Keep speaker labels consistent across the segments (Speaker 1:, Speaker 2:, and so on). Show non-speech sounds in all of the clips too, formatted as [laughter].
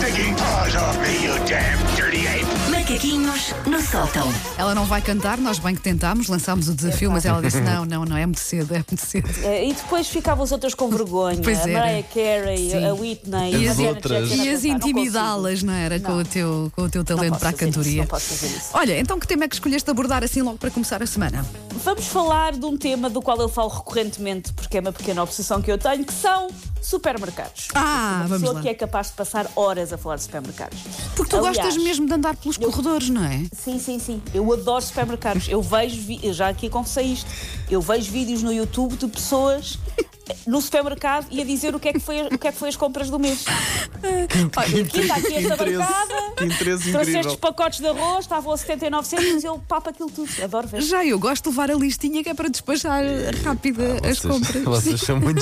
Speaker 1: taking paws off me, you damn dirty ape!
Speaker 2: Macaquinhos no sótão.
Speaker 3: Ela não vai cantar, nós bem que tentámos, lançámos o desafio, mas ela disse: não, não, não, é muito cedo, é muito cedo.
Speaker 4: Eh, E depois ficavam os outros com vergonha.
Speaker 3: Pois
Speaker 4: a
Speaker 3: era.
Speaker 4: Mariah Carey,
Speaker 3: Sim.
Speaker 4: a Whitney,
Speaker 3: E
Speaker 4: a
Speaker 3: as
Speaker 4: Janet
Speaker 5: outras.
Speaker 4: Jackson,
Speaker 3: E as
Speaker 4: não consigo.
Speaker 3: intimidá-las, não era? Com, o teu, com o teu
Speaker 4: Não
Speaker 3: talento
Speaker 4: posso
Speaker 3: para a
Speaker 4: fazer isso,
Speaker 3: cantoria.
Speaker 4: não posso fazer isso.
Speaker 3: Olha, então que tema é que escolheste abordar assim logo para começar a semana?
Speaker 4: Vamos falar de um tema do qual eu falo recorrentemente, porque é uma pequena obsessão que eu tenho, que são supermercados.
Speaker 3: Ah,
Speaker 4: uma
Speaker 3: vamos
Speaker 4: pessoa
Speaker 3: lá.
Speaker 4: que é capaz de passar horas a falar de supermercados.
Speaker 3: Porque tu
Speaker 4: Aliás,
Speaker 3: gostas mesmo de andar pelos corredores, não é?
Speaker 4: Sim, sim, sim. Eu adoro supermercados. Eu vejo, vi- eu já aqui confessei isto, eu vejo vídeos no YouTube de pessoas no supermercado e a dizer o que é que foi, o que é que foi as compras do mês.
Speaker 3: Olha,
Speaker 4: Quinta aqui esta
Speaker 5: interesse,
Speaker 4: bancada.
Speaker 5: que interesse
Speaker 4: Trouxe
Speaker 5: incrível.
Speaker 4: estes pacotes de arroz, estavam a 79 cêntimos, eu papo aquilo tudo. Adoro ver.
Speaker 3: Já eu gosto de levar a listinha que é para despachar rápida Eh, as compras.
Speaker 5: Eh, ah, [laughs] Vocês são muito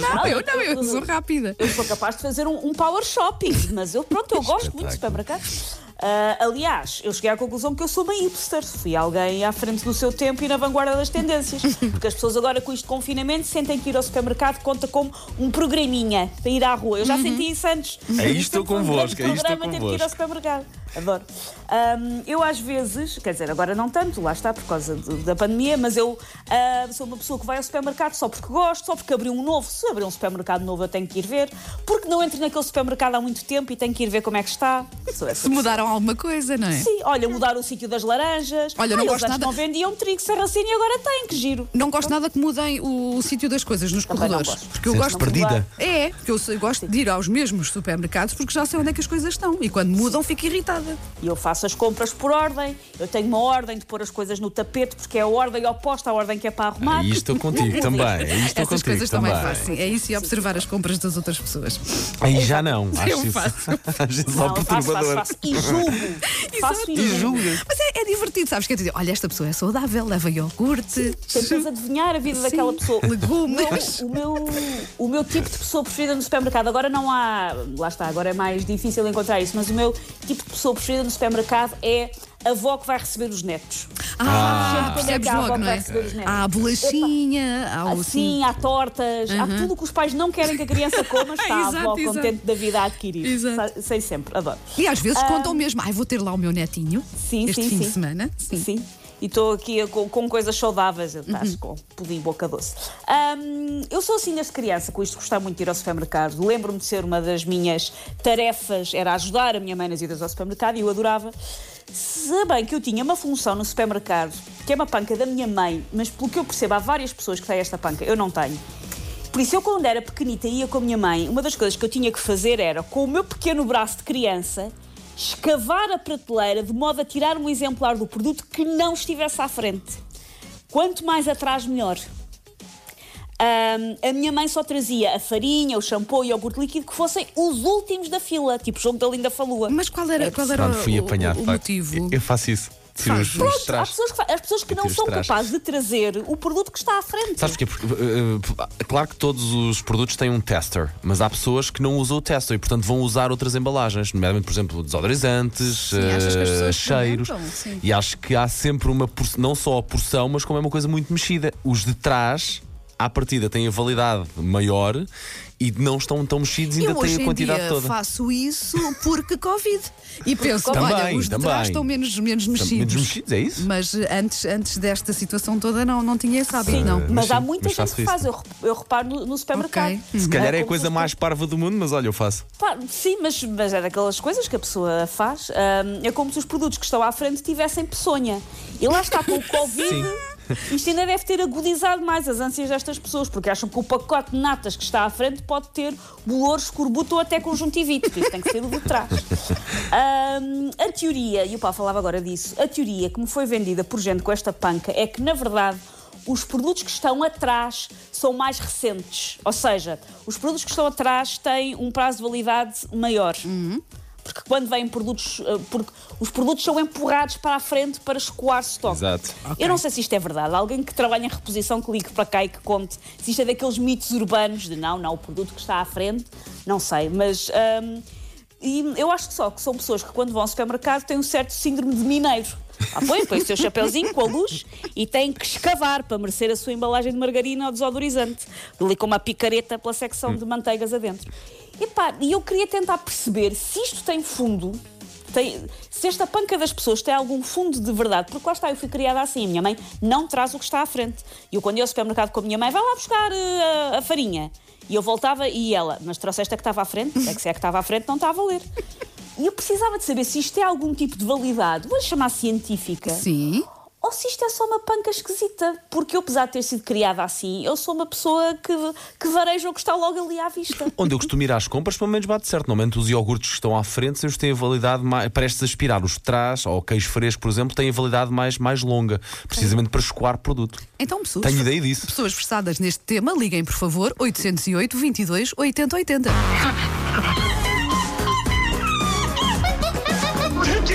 Speaker 3: [laughs] Não, eu não, eu sou rápida.
Speaker 4: Eu sou capaz de fazer um, um power shopping, mas eu, pronto, eu gosto muito de supermercados. Ah, aliás, eu cheguei à conclusão que eu sou bem hipster. Fui alguém à frente do seu tempo e na vanguarda das tendências. Porque as pessoas agora com isto de confinamento sentem que ir ao supermercado conta como um programinha para ir à rua. Eu já senti isso antes.
Speaker 5: É isto
Speaker 4: Sempre foi
Speaker 5: eu
Speaker 4: um grande
Speaker 5: convosco, é isto eu
Speaker 4: programa ter que ir
Speaker 5: convosco.
Speaker 4: ao supermercado. Adoro. Ahm, eu às vezes, quer dizer, agora não tanto, lá está por causa de- da pandemia, mas eu ah, sou uma pessoa que vai ao supermercado só porque gosto, só porque abriu um novo. Se abriu um supermercado novo, eu tenho que ir ver. Porque não entro naquele supermercado há muito tempo e tenho que ir ver como é que está. Sou essa
Speaker 3: Se mudaram alguma coisa, não é?
Speaker 4: Sim, olha, mudar o sítio das laranjas.
Speaker 3: Olha, não
Speaker 4: Ah, eles
Speaker 3: gosto
Speaker 4: antes
Speaker 3: nada-
Speaker 4: não vendiam trigo sarracino assim e agora tem, que giro.
Speaker 3: Não gosto nada que mudem o, o sítio das coisas nos
Speaker 4: Também não
Speaker 3: corredores.
Speaker 4: gosto.
Speaker 3: Porque eu
Speaker 5: Sentes
Speaker 3: gosto.
Speaker 5: perdida?
Speaker 3: É, porque eu sei- gosto de ir aos mesmos supermercados porque já sei onde é que as coisas estão. E quando mudam, fico irritada.
Speaker 4: E eu faço as compras por ordem, eu tenho uma ordem de pôr as coisas no tapete, porque é a ordem oposta à ordem que é para arrumar.
Speaker 5: Aí estou contigo
Speaker 4: Não
Speaker 5: também.
Speaker 4: mudem.
Speaker 5: Aí estou
Speaker 3: Essas
Speaker 5: contigo
Speaker 3: coisas
Speaker 5: também.
Speaker 3: também fazem. É isso e observar as compras das outras pessoas.
Speaker 5: Aí já não. Acho
Speaker 3: Eu
Speaker 5: isso,
Speaker 3: faço.
Speaker 5: [laughs] acho isso
Speaker 4: Não,
Speaker 5: só
Speaker 4: eu faço, faço,
Speaker 5: perturbador.
Speaker 4: faço. E
Speaker 3: [laughs]
Speaker 4: julgo. faço
Speaker 3: Exato.
Speaker 4: e
Speaker 5: E
Speaker 4: julgo.
Speaker 5: julgas.
Speaker 3: Mas é, é divertido, sabes? Quer dizer, olha, esta pessoa é saudável, leva iogurte.
Speaker 4: Tentas adivinhar a vida
Speaker 3: Sim.
Speaker 4: daquela pessoa.
Speaker 3: [laughs] Legumes.
Speaker 4: O meu, o, meu, o meu tipo de pessoa preferida no supermercado. Agora não há. Lá está, agora é mais difícil encontrar isso, mas o meu tipo de pessoa preferida no supermercado é a avó que vai receber os netos.
Speaker 3: Ah,
Speaker 4: Sempre quando é
Speaker 3: percebes
Speaker 4: que há
Speaker 3: logo,
Speaker 4: avó que
Speaker 3: não
Speaker 4: vai
Speaker 3: é?
Speaker 4: receber os netos.
Speaker 3: Há a bolachinha, há o.
Speaker 4: Assim, há tortas, há tudo o que os pais não querem que a criança
Speaker 3: [laughs]
Speaker 4: coma, está a avó
Speaker 3: Exato, exato.
Speaker 4: contente da vida a adquirir.
Speaker 3: Exato.
Speaker 4: Sei sempre, adoro.
Speaker 3: E às vezes contam mesmo, ai, vou ter lá o meu netinho
Speaker 4: Ah. Sim,
Speaker 3: este
Speaker 4: sim,
Speaker 3: fim
Speaker 4: sim.
Speaker 3: de semana.
Speaker 4: Sim. E estou aqui com, com coisas saudáveis, eu estás com pudim boca doce. Ahm, eu sou assim desde criança, com isto gostava muito de ir ao supermercado. Lembro-me de ser uma das minhas tarefas, era ajudar a minha mãe nas idas ao supermercado e eu adorava. Se bem que eu tinha uma função no supermercado, que é uma panca da minha mãe, mas pelo que eu percebo, há várias pessoas que têm esta panca, eu não tenho. Por isso, eu quando era pequenita e ia com a minha mãe, uma das coisas que eu tinha que fazer era, com o meu pequeno braço de criança, escavar a prateleira de modo a tirar um exemplar do produto que não estivesse à frente. Quanto mais atrás, melhor. Ahm, a minha mãe só trazia a farinha, o shampoo e o iogurte líquido que fossem os últimos da fila, tipo jogo da linda falua.
Speaker 3: Mas qual era, qual era
Speaker 5: Pronto,
Speaker 3: o,
Speaker 5: É fui apanhado.
Speaker 3: o- o
Speaker 5: pá.
Speaker 3: motivo?
Speaker 5: Eu- Eu faço isso. Tiro
Speaker 3: Faz.
Speaker 5: os,
Speaker 3: Pronto,
Speaker 5: os
Speaker 4: Há
Speaker 5: trás.
Speaker 4: pessoas que, fa- as pessoas que não
Speaker 5: Tira os
Speaker 4: são
Speaker 5: trás.
Speaker 4: capazes de trazer o produto que está à frente.
Speaker 5: Sabes
Speaker 3: É.
Speaker 5: porquê? Porque, eh, eh, claro que todos os produtos têm um tester, mas há pessoas que não usam o tester e, portanto, vão usar outras embalagens, nomeadamente, por exemplo, desodorizantes,
Speaker 3: achas que as
Speaker 5: eh,
Speaker 3: pessoas
Speaker 5: cheiros.
Speaker 3: experimentam? Sim.
Speaker 5: E acho que há sempre uma porção, não só a porção, mas como é uma coisa muito mexida. Os de trás. À partida têm a validade maior e não estão tão mexidos, ainda
Speaker 3: eu
Speaker 5: têm
Speaker 3: hoje
Speaker 5: a
Speaker 3: em
Speaker 5: quantidade
Speaker 3: dia
Speaker 5: toda.
Speaker 3: faço isso porque Covid. E penso,
Speaker 5: Covid.
Speaker 3: olha,
Speaker 5: Também,
Speaker 3: os de
Speaker 5: também.
Speaker 3: trás estão menos, menos
Speaker 5: Estão
Speaker 3: mexidos.
Speaker 5: menos mexidos, é isso?
Speaker 3: Mas eh, antes, antes desta situação toda não, não tinha esse hábito,
Speaker 4: Sim,
Speaker 3: não.
Speaker 4: mas,
Speaker 5: mas
Speaker 4: há
Speaker 5: sim,
Speaker 4: muita
Speaker 5: mas
Speaker 4: gente
Speaker 5: faço
Speaker 4: que
Speaker 5: isso.
Speaker 4: faz, eu, rep- eu reparo no, no supermercado.
Speaker 3: Ok.
Speaker 5: Se calhar
Speaker 4: Ah,
Speaker 5: é a
Speaker 4: como
Speaker 5: coisa
Speaker 4: vocês
Speaker 5: mais parva do mundo, mas olha, eu faço.
Speaker 4: Pá, sim, mas, mas é daquelas coisas que a pessoa faz. Ahm, é como se os produtos que estão à frente tivessem peçonha. E lá está com o Covid. [laughs] Isto ainda deve ter agudizado mais as ânsias destas pessoas, porque acham que o pacote de natas que está à frente pode ter bolores, corbuto ou até conjuntivite, por isso tem que ser o de trás. Ahm, a teoria, e o Paulo falava agora disso, a teoria que me foi vendida por gente com esta panca é que, na verdade, os produtos que estão atrás são mais recentes. Ou seja, os produtos que estão atrás têm um prazo de validade maior. Porque quando vêm produtos. eh, Porque os produtos são empurrados para a frente para escoar estoque.
Speaker 5: Exato.
Speaker 4: Eu não sei se isto é verdade. Alguém que trabalha em reposição que ligue para cá e que conte se isto é daqueles mitos urbanos de não, não, o produto que está à frente, não sei, mas. hum, e eu acho que só que são pessoas que quando vão ao supermercado têm um certo síndrome de mineiro. Ah, põe, põe o seu chapeuzinho com a luz e têm que escavar para merecer a sua embalagem de margarina ou desodorizante. Ali com uma picareta pela secção de manteigas adentro. Epá, e eu queria tentar perceber se isto tem fundo, tem- se esta panca das pessoas tem algum fundo de verdade, porque lá está, eu fui criada assim, a minha mãe não traz o que está à frente. E eu, quando ia ao supermercado com a minha mãe, vai lá buscar eh, a, a farinha. E eu voltava e ela, mas trouxeste a que estava à frente? É que se é a que estava à frente, não está a valer. E eu precisava de saber se isto tem algum tipo de validade, vou chamar científica
Speaker 3: Sim.
Speaker 4: ou se isto é só uma panca esquisita. Porque eu, apesar de ter sido criada assim, eu sou uma pessoa que, que vareja o que está logo ali à vista.
Speaker 5: Onde eu costumo ir às compras, pelo menos bate certo. Normalmente os iogurtes que estão à frente eles têm a validade mais, prestes a expirar. Os de trás, ou queijo fresco, por exemplo, têm a validade mais, mais longa, precisamente para escoar produto.
Speaker 3: Então, pessoas.
Speaker 5: Tenho ideia disso.
Speaker 3: Pessoas versadas neste tema, liguem, por favor, 808 22 80 80.
Speaker 1: Take